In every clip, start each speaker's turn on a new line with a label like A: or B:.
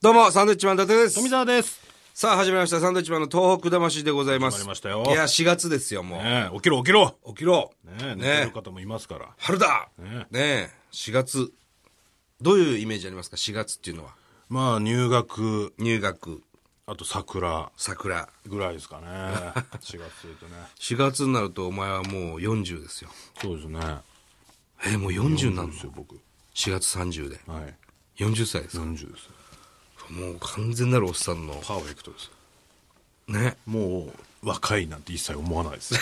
A: どうも、サンドウィッチマン伊達です。
B: 富澤です。
A: さあ、始まりました。サンドウィッチマンの東北魂でございます。
B: 始まりましたよ
A: いや、4月ですよ、もう。
B: ねえ、起きろ起きろ。
A: 起きろ。
B: ねえ、寝てる方もいますから。
A: 春だね
B: ね
A: え、4月。どういうイメージありますか ?4 月っていうのは。
B: まあ、入学、
A: 入学、
B: あと桜
A: 桜。
B: ぐらい ですかね。4月というとね。
A: 4月になるとお前はもう40ですよ。
B: そうですね。
A: えもう40な
B: そ
A: んの
B: うですよ、僕。
A: ?4 月30で。
B: はい。
A: 40歳ですか、
B: 40です。
A: もう完全なるおっさんの。
B: パーフェクトです。
A: ね。
B: もう、若いなんて一切思わない です。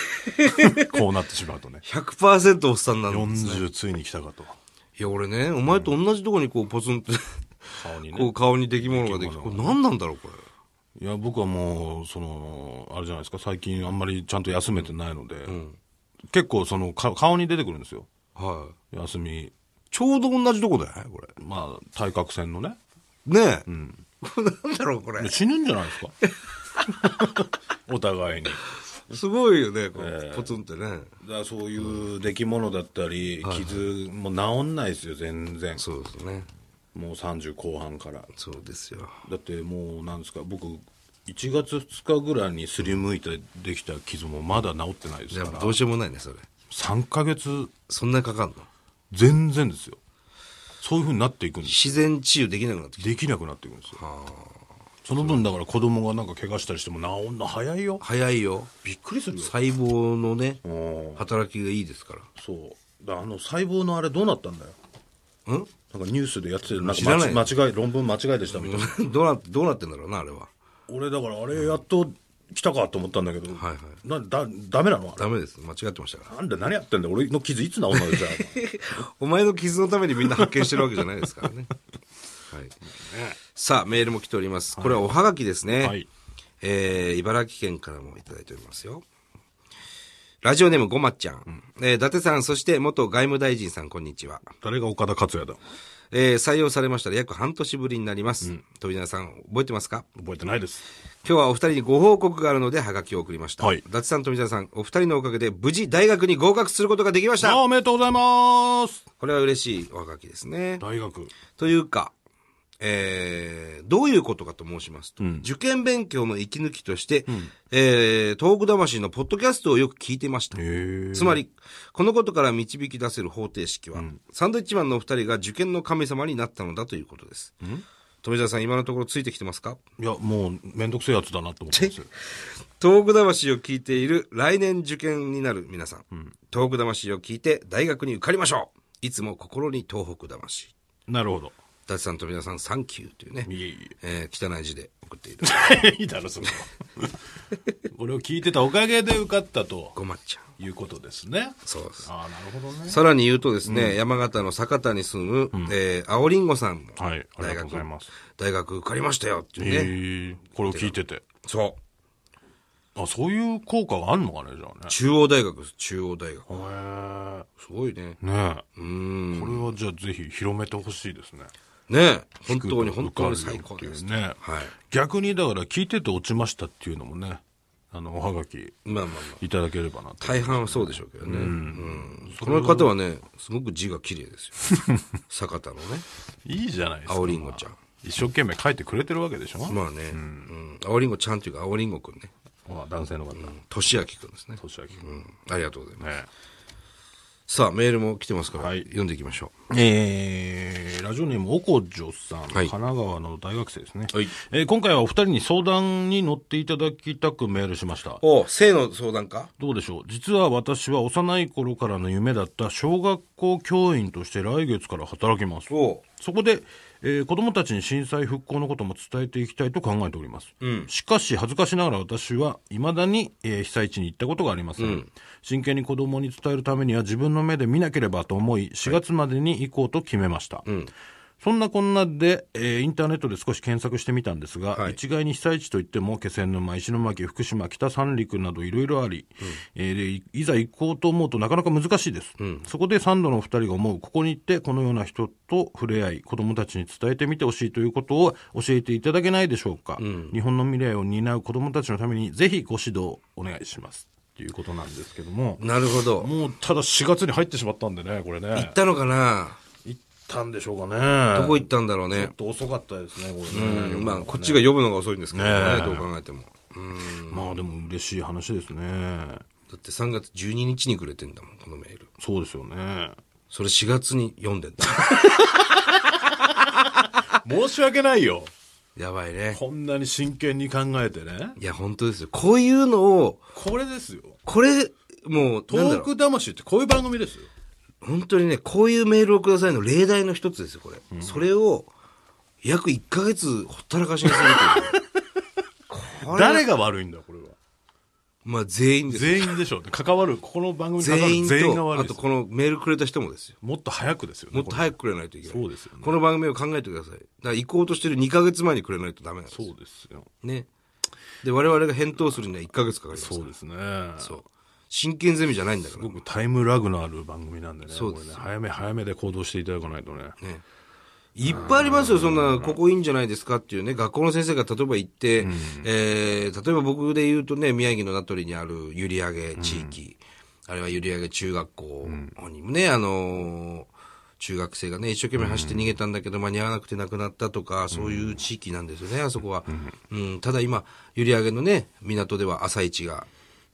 B: こうなってしまうとね。
A: 100%おっさんなんですね。
B: 40ついに来たかと。
A: いや、俺ね、お前と同じとこにこうポツンと、
B: 顔に
A: こう
B: ね。
A: 顔に出来物ができて、これ何なんだろう、これ。
B: いや、僕はもう、その、あれじゃないですか、最近あんまりちゃんと休めてないので、結構、その、か顔に出てくるんですよ。
A: はい。
B: 休み。
A: ちょうど同じとこだよね、これ。
B: まあ、対角線のね。
A: ねえ。これなんだ ろう、これ。
B: 死ぬんじゃないですか お互いに。
A: すごいよね、こうポツンってね。
B: だからそういう出来物だったり、傷も治んないですよ、全然。
A: そうですね。
B: もう30後半から。
A: そうですよ。
B: だってもう、なんですか、僕、1月2日ぐらいにすりむいてできた傷もまだ治ってないで
A: じ
B: す
A: ゃ
B: か
A: あ
B: ら
A: ど。うしようもないね、それ。
B: 3ヶ月、
A: そんなにかかんの
B: 全然ですよ。そういうふうになっていくんです。
A: 自然治癒できなくなってき
B: できなくなっていくんですよ。その分、だから子供がなんか怪我したりしても治んの早いよ
A: た。。早いよ。
B: びっくりするよ。
A: 細胞のね、
B: うん
A: 働きがいいですから。
B: そうだあの細胞のあれどうなったんだよ
A: ん
B: なんかニュースでやってたよなんか
A: 知らない
B: 間違間違い論文間違いでしたみたいな
A: どうなって、どうなってんだろうな、あれは。
B: 俺だからあれやっと来たかと思ったんだけど、
A: はいはい
B: なだダメなのあ
A: ダメです。間違ってましたから。
B: れなんで何やってんだよ俺の傷いつ治んのよじゃ
A: お前の傷のためにみんな発見してるわけじゃないですからね。はい。さあ、メールも来ております。これはおはがきですね。
B: はい
A: えー、茨城県からもいただいておりますよ。ラジオネームごまっちゃん。えー、伊達さん、そして元外務大臣さん、こんにちは。
B: あ 誰が岡田克也だ
A: えー、採用されましたら約半年ぶりになります。富永さん、覚えてますか
B: 覚えてないです
A: 今日はお二人にご報告があるので、はがきを送りました。
B: はい
A: 伊達さん、富澤さん、お二人のおかげで無事大学に合格することができまし
B: あ
A: た。
B: おめでとうございます
A: これは嬉しいおはがきですね。
B: 大学
A: というか、えーどういうことかと申しますと、受験勉強の息抜きとして、えー、東北魂のポッドキャストをよく聞いてました。
B: へえ
A: つまり、このことから導き出せる方程式は、サンドイッチマンのお二人が受験の神様になったのだということです。富澤さん、今のところついてきてますか
B: いやもう面倒くせえやつだなと思ってますよ
A: 東北魂を聞いている来年受験になる皆さん、東北魂を聞いて大学に受かりましょういつも心に東北魂。
B: なるほど
A: 伊達さん、富澤さん、サンキューというね。
B: いえい
A: えー汚い字で送っている。
B: えいいだろ それはこれを聞いてたおかげで受かったと
A: ごまっちゃん。
B: いうことですね
A: そうです。
B: ああなるほどね
A: さらに言うとですね、山形の酒田に住む、えー青りんごさんも、
B: はいあり
A: 大
B: がとう
A: 学
B: ございます
A: 大学受かりましたよっていう
B: へえ
A: ね。
B: これを聞いてて
A: そう。
B: あそういう効果があるのかねじゃ
A: 中央大学です、中央大学。
B: あね
A: すごいね。
B: へえねえ
A: うん。
B: これはじゃあぜひ広めてほしいですね
A: ねえ本当に本
B: 聞くと
A: 当に
B: 受かる
A: 最
B: よ
A: 高
B: ってい
A: で
B: う
A: す。
B: ね
A: はい。
B: 逆にだから聞いてて落ちましたっていうのもねあのおはがき
A: まあまあまあ。
B: いただければなと
A: 大半はそうでしょうけどね。うん。この方はね、すごく字が綺麗ですよ。酒田のね、
B: いいじゃないですか
A: 青りんごちゃん。
B: 一生懸命書いてくれてるわけでしょ、
A: まあね、うん。青りんごちゃんというか青りんごくんね。
B: まあ、男性の方、
A: 俊明くんですね。
B: 年明け、
A: う
B: ね
A: ん。ありがとうございます。さあ、メールも来てますから、
B: はい
A: 読んでいきましょ
B: えーラジオネームおこじょさん、
A: はい
B: 神奈川の大学生ですね、
A: はい
B: えー今回はお二人に相談に乗っていただきたくメールしました
A: う。お性の相談か
B: どうでしょう実は私は幼い頃からの夢だった小学校教員として来月から働きます
A: お
B: そこで、えー子供たちに震災復興のことも伝えていきたいと考えております、しかし恥ずかしながら私は未だに、えー被災地に行ったことがありません、真剣に子供に伝えるためには自分の目で見なければと思い4月までに行こうと決めました、そんなこんなで、えーインターネットで少し検索してみたんですが、
A: はい
B: 一概に被災地といっても気仙沼石巻福島北三陸などいろいろあり、えーでいざ行こうと思うとなかなか難しいです、そこでサンドのお二人が思うここに行ってこのような人と触れ合い子どもたちに伝えてみてほしいということを教えていただけないでしょうか、日本の未来を担う子どもたちのためにぜひご指導お願いしますということなんですけども
A: なるほど。
B: もうただ4月に入ってしまったんでねこれね
A: 行ったのかな
B: 行っったんでしょうかね。
A: どこ行ったんだろう
B: ちょ
A: ね
B: っ。と遅かったですね、こ
A: う
B: れね。
A: ん。まあ、こっちが読むのが遅いんですけど
B: ね
A: ね、
B: え
A: どう考えても。うん。
B: まあでも嬉しい話ですね。
A: だって3月12日にくれてんだもん、このメール。
B: そうですよね。
A: それ4月に読んでんだ。
B: 申し訳ないよ。
A: やばいね。
B: こんなに真剣に考えてね。
A: いや、本当ですよ。こういうのを、こ
B: これですよ。
A: これ、もう、
B: ト
A: なんだ
B: ー
A: ろう。
B: ク魂ってこういう番組ですよ。
A: 本当にね、こういうメールをくださいの例題の一つですよ、これ。それを、約1ヶ月ほったらかしにするというこれ。
B: 誰が悪いんだ、これは。
A: まあ、全員ですよ。
B: 全員でしょうね。関わる、ここの番組に関わる
A: 全員
B: 全員が
A: と、
B: 悪い
A: あ
B: で
A: と
B: すよ。
A: このメールくれた人もですよ。
B: もっと早くですよね。
A: もっと早くくれないといけない。
B: そうですよね
A: この番組を考えてください。だから行こうとしてる2ヶ月前にくれないとダメなんです
B: これ
A: よ。
B: そうですよ。
A: ね。で、我々が返答するには1ヶ月かかりますから
B: そうですね。
A: そう。真剣ゼミじゃないんだか
B: す
A: ら。
B: ごくタイムラグのある番組なんでね。
A: そうです
B: これね早め早めで行動していただかないとね。
A: ね。いっぱいありますよ、そんな、ここいいんじゃないですかっていうね、学校の先生が例えば行って、えー、例えば僕で言うとね、宮城の名取にある閖上地域、あれは閖上中学校にもね、あのー中学生がね、一生懸命走って逃げたんだけど、間に合わなくて亡くなったとか、そういう地域なんですよね、あそこは。うん、ただ今、閖上のね、港では朝市が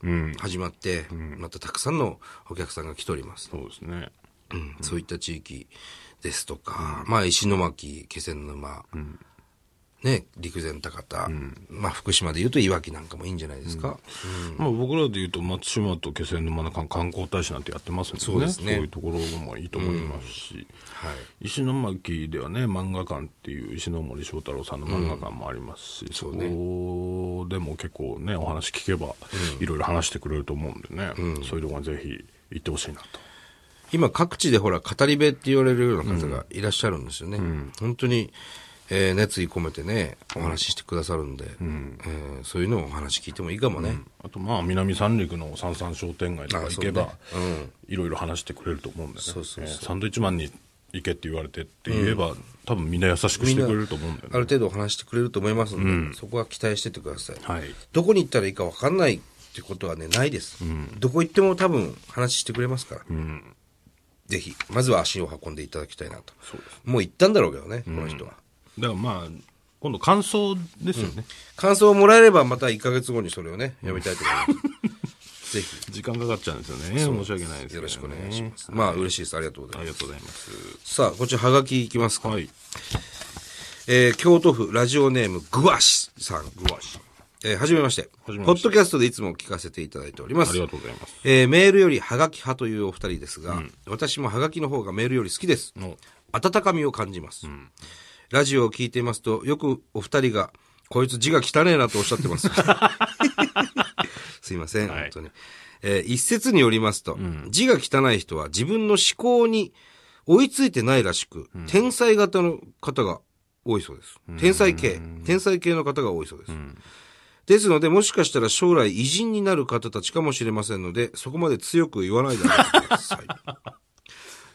B: うん。
A: 始まって、またたくさんのお客さんが来ております。
B: そうですね。
A: うん、そういった地域ですとか、まあ、石巻、気仙沼、ね、陸前高田、まあ、福島で言うといわきなんかもいいんじゃないですか。
B: まあ僕らで言うと松島と気仙沼の観観光大使なんてやってますんでね。
A: そうですね
B: そういうところもいいと思いますし。
A: はい。
B: 石巻ではね漫画館っていう石ノ森章太郎さんの漫画館もありますし、
A: そ
B: そ
A: うね
B: こでも結構ねお話聞けばいろいろ話してくれると思うんでね、そういうところにぜひ行ってほしいなと
A: 今、各地でほら、語り部って言われるような方がいらっしゃるんですよね。本当に、えー熱意込めてね、お話ししてくださるんで、えーそういうのをお話聞いてもいいかもね。
B: あとまあ南三陸の三三商店街とか
A: あ
B: 行
A: そうね
B: けばいろいろ話してくれると思うんでね
A: そうそうそう
B: えーサンドイッチマンに行けって言われてって言えば、多分みんな優しくしてくれると思うんだ
A: ある
B: よね
A: 程度お話してくれると思いますので、そこは期待しててください。
B: はい
A: どこに行ったらいいか分かんないってことはね、ないです。どこ行っても多分話してくれますから。ぜひ、まずは足を運んでいただきたいなと。もう行ったんだろうけどね、この人は。
B: だからまあ今度感想ですよね、
A: 感想をもらえればまた1ヶ月後にそれをね、やみたいと思います。 ぜひ、
B: 時間かかっちゃうんですよね申し訳ないですけどね
A: よろしくお願いします。まあ、嬉しいです。ありがとうござ
B: あ
A: い
B: り
A: ま
B: が
A: す。
B: とうございます
A: さあ、こっちはがきいきますか。
B: はい
A: えー京都府ラジオネームグワシさん。グワシ。えーはじめまして。
B: はじめまして
A: ポッドキャストでいつも聞かせていただいております。
B: ありがとうございます。
A: えーメールよりハガキ派というお二人ですが、私もハガキの方がメールより好きです。
B: の
A: 温かみを感じます。ラジオを聞いていますと、よくお二人が、こいつ字が汚ねえなとおっしゃって ます。すいません、
B: はい
A: 本当に。えー一説によりますと、字が汚い人は自分の思考に追いついてないらしく、天才型の方が多いそうです。天才系、天才系の方が多いそうです。ですので、もしかしたら将来偉人になる方たちかもしれませんので、そこまで強く言わないであげてください。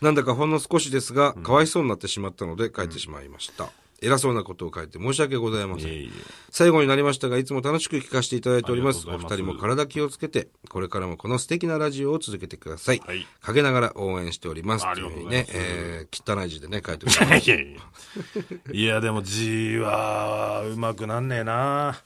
A: なんだかほんの少しですが、かわいそうになってしまったので書いてしまいました。偉そうなことを書いて申し訳ございません。
B: いえいえ
A: 最後になりましたが、いつも楽しく聞かせていただいております。
B: あり
A: お
B: がと
A: 二
B: うござい
A: 人
B: ます
A: も体気をつけて、これからもこの素敵なラジオを続けてください。
B: はい
A: 陰ながら応援しております。
B: ありがとうございます
A: というふうにね、えー、汚い字でね、書いてください。
B: いや いやいやでも字はうまくなんねえな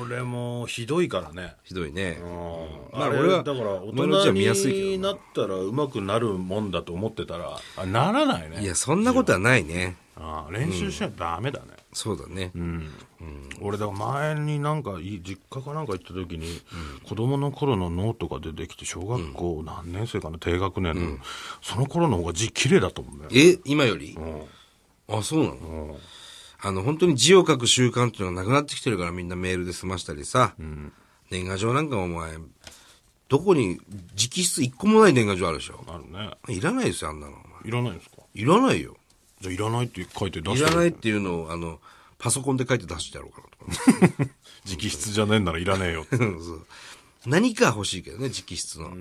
B: 俺もひどいからね
A: ひどいね。
B: まあ
A: まあ
B: れ
A: 俺は
B: だから大
A: お前の字
B: 人
A: は見やすいけどな
B: になったらうまくなるもんだと思ってたらあならないね
A: いや、そんなことはないね。
B: ああ練習しないとダメだね、
A: そうだね。
B: 俺だから前になんかい実家かなんか行った時に、子供の頃のノートが出てきて小学校何年生かな低学年の、その頃の方が字綺麗だと思うね
A: え、今より
B: うん
A: あ、そうなの、あの、本当に字を書く習慣っていうのがなくなってきてるからみんなメールで済ましたりさ。年賀状なんかもお前、どこに、直筆一個もない年賀状あるでしょ。
B: あるね
A: いらないですよ、あんなの。お前
B: いらないんですか
A: いらないよ。
B: じゃあいらないって書いて出
A: い
B: して
A: ら
B: る
A: ないっていうのを、あの、パソコンで書いて出してやろうかなと
B: 直筆じゃねえんならいらねえよって
A: かうん そう。何か欲しいけどね、直筆の。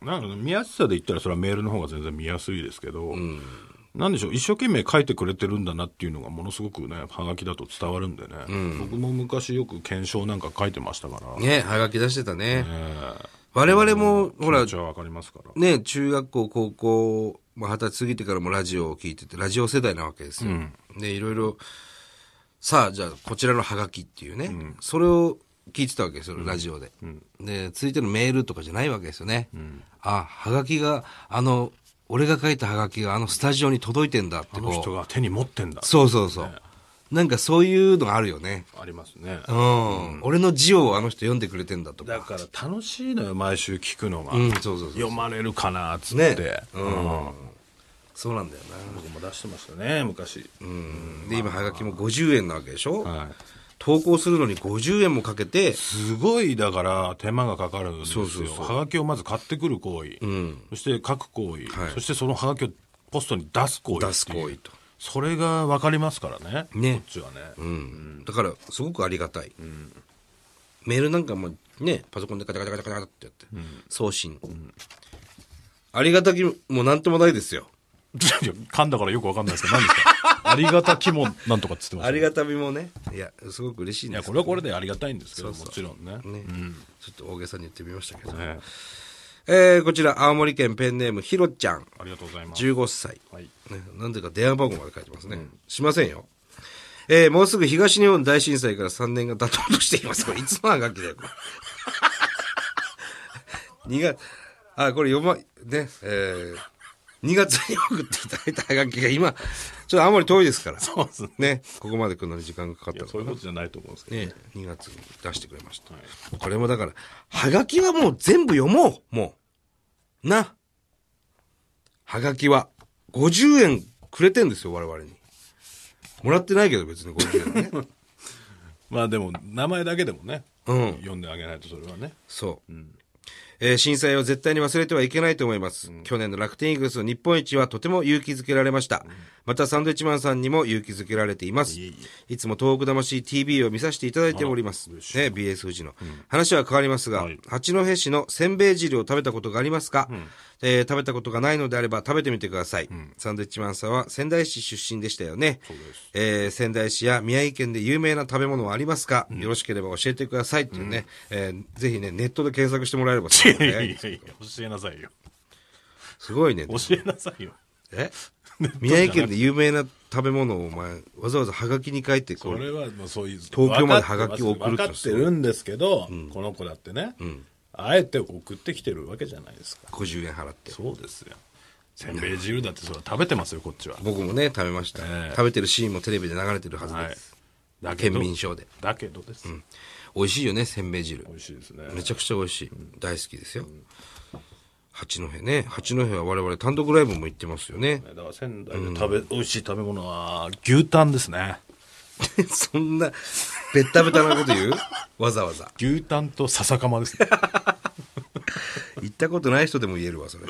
B: なんかね見やすさで言ったらそれはメールの方が全然見やすいですけど、なんでしょう一生懸命書いてくれてるんだなっていうのがものすごくねはがきだと伝わるんでね、僕も昔よく検証なんか書いてましたから、
A: ね、はがき出してたね。
B: ええ
A: 我々も、ほら
B: 気持、ちはわかりますから。
A: ね、中学校、高校、まあ、二十歳過ぎてからもラジオを聞いてて、ラジオ世代なわけですよ。で、いろいろ、さあ、じゃあ、こちらのハガキっていうね、それを聞いてたわけですよ、ラジオで。で、続いてのメールとかじゃないわけですよね。あ、ハガキが、あの、俺が書いたハガキがあのスタジオに届いてんだって
B: あ
A: こ
B: の
A: う。
B: 人が手に持ってんだ。
A: そうそうそう。なんかそういうのがあるよね。
B: ありますね。
A: うん。俺の字をあの人読んでくれてんだと
B: だ
A: か。
B: から楽しいのよ、毎週聞くのが。
A: うん、そうそうそう。
B: 読まれるかな、つっ
A: ね
B: て。
A: う
B: うんん
A: そうなんだよな。
B: 僕も出してましたね、昔。
A: で、今、はがきも50円なわけでしょ、
B: はい
A: 投稿するのに50円もかけて、
B: すごい、だから、手間がかかるんですよ。
A: そうそうそう
B: はがきをまず買ってくる行為。そして書く行為、
A: はい
B: そしてそのはがきをポストに出す行為っていう。
A: 出す行為と。
B: それが分かりますからね。
A: ね
B: こっちはね。
A: うん。だから、すごくありがたい。メールなんかもね、パソコンでカタカタカタカタってやって、送信。ありがたきもなんともないですよ。
B: いや 噛んだからよくわかんないですけど、何です かありがたきもなんとかっつってまし
A: あ
B: たね、
A: りがたみもね、いや、すごく嬉しいん
B: い
A: で
B: や、
A: すけ
B: こ
A: ど
B: れはこれでありがたいんですけど、もちろんね。
A: ね、ちょっと大げさに言ってみましたけど。
B: ね
A: えー、こちら、青森県ペンネーム、ひろちゃん、
B: ありがとうございます。
A: 15歳。
B: はい。
A: ね、なんでか電話番号まで書いてますね。しませんよ。えー、もうすぐ東日本大震災から3年が経とうとしています。これ、いつのはがきだよ、これ。2月、あ、これ読ま、ね、えー、2月に送っていただいたはがきが今、ちょっとあんまり遠いですから。
B: そうですね。
A: ね、ここまで来るのに時間がかかっ
B: い
A: た
B: や、
A: の
B: そういうことじゃないと思うんですけど。
A: ね、2月に出してくれました。これもだから、はがきはもう全部読もうもう。な。はがきは、50円くれてんですよ、我々に。もらってないけど別に50円ね。
B: まあでも、名前だけでもね、
A: うん
B: 読んであげないとそれはね。
A: そう。えー震災を絶対に忘れてはいけないと思います。去年の楽天イーグルスの日本一はとても勇気づけられました。またサンドウィッチマンさんにも勇気づけられています。
B: いえ
A: い
B: い
A: つも東北魂 TV を見させていただいております。ね、BS 富士の、話は変わりますが、
B: はい
A: 八戸市のせんべい汁を食べたことがありますか、えー食べたことがないのであれば食べてみてください。サンドウィッチマンさんは仙台市出身でしたよね。えー仙台市や宮城県で有名な食べ物はありますか、よろしければ教えてくださいっていうね、えーぜひね、ネットで検索してもらえればすごい
B: い
A: ね、
B: やいやいや、教えなさいよ。
A: すごいね。
B: 教えなさいよ。
A: え宮城県で有名な食べ物をお前、わざわざハガキに書いてこ
B: こ
A: れ。
B: れはもうそういう
A: 東京までハガキを送る
B: 分かってるんですけど、この子だってね、あえて送ってきてるわけじゃないですか
A: 50円払って。
B: そうですよせんべい汁だってそれは食べてますよこっちは、
A: 僕もね、食べました、
B: ええ
A: 食べてるシーンもテレビで流れてるはず
B: はい
A: です。
B: だ
A: 県民賞で
B: だけどです、
A: 美味しいよね、せんべい汁
B: 美。味しいですね
A: めちゃくちゃ美味しい。大好きですよ。八戸ね。八戸は我々単独ライブも行ってますよね。
B: だから仙台で食べ、美味しい食べ物は牛タンですね
A: そんな、べったべたなこと言うわざわざ。
B: 牛タンと笹かまですね
A: 行ったことない人でも言えるわ、それ。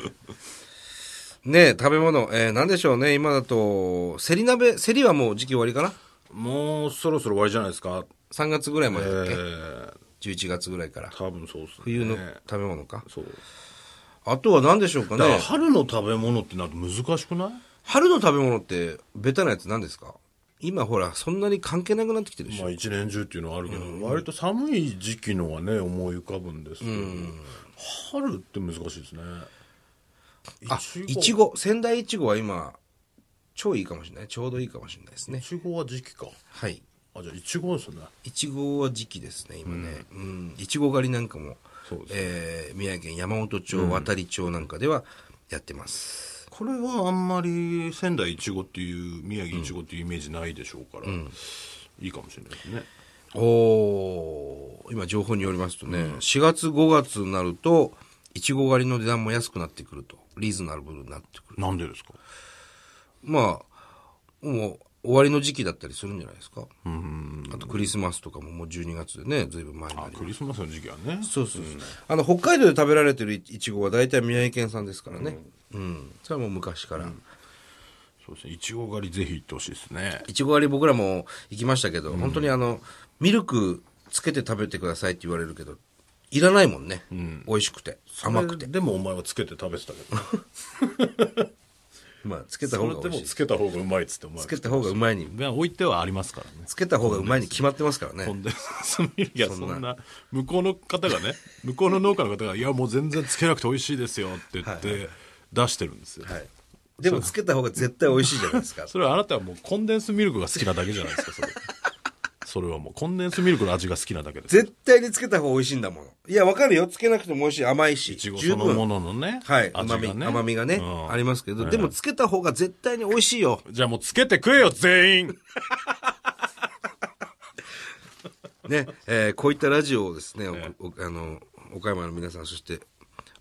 A: ねえ、食べ物、えー、何でしょうね、今だと、せり鍋、せりはもう時期終わりかな
B: もうそろそろ終わりじゃないですか
A: ?3 月ぐらいま
B: え
A: でだっけ、
B: ー、
A: ?11 月ぐらいから。
B: 多分そうですね
A: 冬の食べ物か。
B: そう
A: あとは何でしょうか
B: だから
A: ね
B: 春の食べ物ってなると難しくない
A: 春の食べ物って、ベタなやつ何ですか今ほら、そんなに関係なくなってきてるでしょ、
B: まあ一年中っていうのはあるけど、割と寒い時期のはね思い浮かぶんですけど、春って難しいですね
A: あ、いちご。仙台いちごは今、超いいかもしれない。ちょうどいいかもしれないです
B: い
A: ね。
B: ちごは時期か
A: はい。
B: あじゃあいちごですね
A: いちごは時期ですね、今ね。うん。いちご狩りなんかも、
B: そうです
A: えー宮城県山本町、渡里町なんかではやってます。
B: これはあんまり仙台いちごっていう宮城いちごっていうイメージないでしょうから、いいかもしれないですね
A: おー今情報によりますとね、4月5月になると、いちご狩りの値段も安くなってくると。リーズナブルになってくる。
B: なんでですか
A: まあ、もう終わりの時期だったりするんじゃないですか。あとクリスマスとかももう12月でね、ずいぶん前にな
B: あ
A: り
B: クリスマスの時期はね
A: そうそうそうあの、北海道で食べられてるいいちごは大体宮城県産ですからね。うん。それはもう昔から。
B: そうですねいちご狩りぜひ行ってほしいですね
A: いちご狩り僕らも行きましたけど、本当にあの、ミルクつけて食べてくださいって言われるけど、いらないもんね。美味しくて、甘くて。
B: でもお前はつけて食べてたけど
A: まあ、つけた
C: そ
A: 方
C: れ
A: が
C: で
A: 美
C: も
A: 味しいで
C: つ
A: す。
C: けた方がうまいっつっても
A: つけた方がうまいに、
B: まあ置いてはありますからね
A: つけた方がうまいに決まってますからね。
B: コンデンスミルクいやそ
A: そんなん
B: な向こうの方 がね向こうの農家の方が「いやもう全然つけなくて美味しいですよ」って言っ
A: はい
B: て出してるんですよ、
A: はい。でも、つけた方が絶対美味しいじゃないですか。
B: それはあなたはもうコンデンスミルクが好きなだけじゃないですかそれ それはもうコンデンスミルクの味が好きなだけです
A: 絶対につけた方が美味しいんだもの。いや、わかるよ。つけなくても美味しい。甘いし。
B: いちご
A: 十
B: そのも
A: 分。
B: ののね
A: はい。
B: 味
A: 甘み、
B: がね
A: 甘みがね、
B: うん
A: ありますけど、でもつけた方が絶対に美味しいよ。
B: じゃあもうつけて食えよ 全員
A: ね、えーこういったラジオをですね、おおあの、岡山の皆さん、そして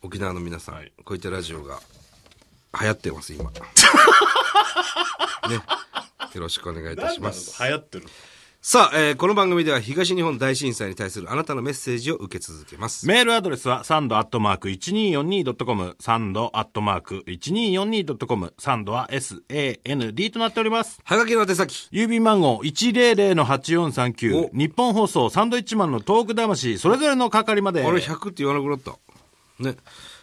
A: 沖縄の皆さん、
B: はい
A: こういったラジオが流行ってます、 今。ね。よろしくお願いいたします。
B: 流行ってる
A: さあ、えーこの番組では東日本大震災に対するあなたのメッセージを受け続けます。
B: メールアドレスはサンドアットマーク 1242.com サンドアットマーク 1242.com サンドは SAND となっております
A: はがきの宛先。
B: 郵便番号
A: お
B: 100-8439日本放送サンドイッチマンのトーク魂それぞれの係まで
A: あれ、100って言わなくなった。ね。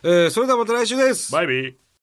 A: えーそれではまた来週です。
C: バイビー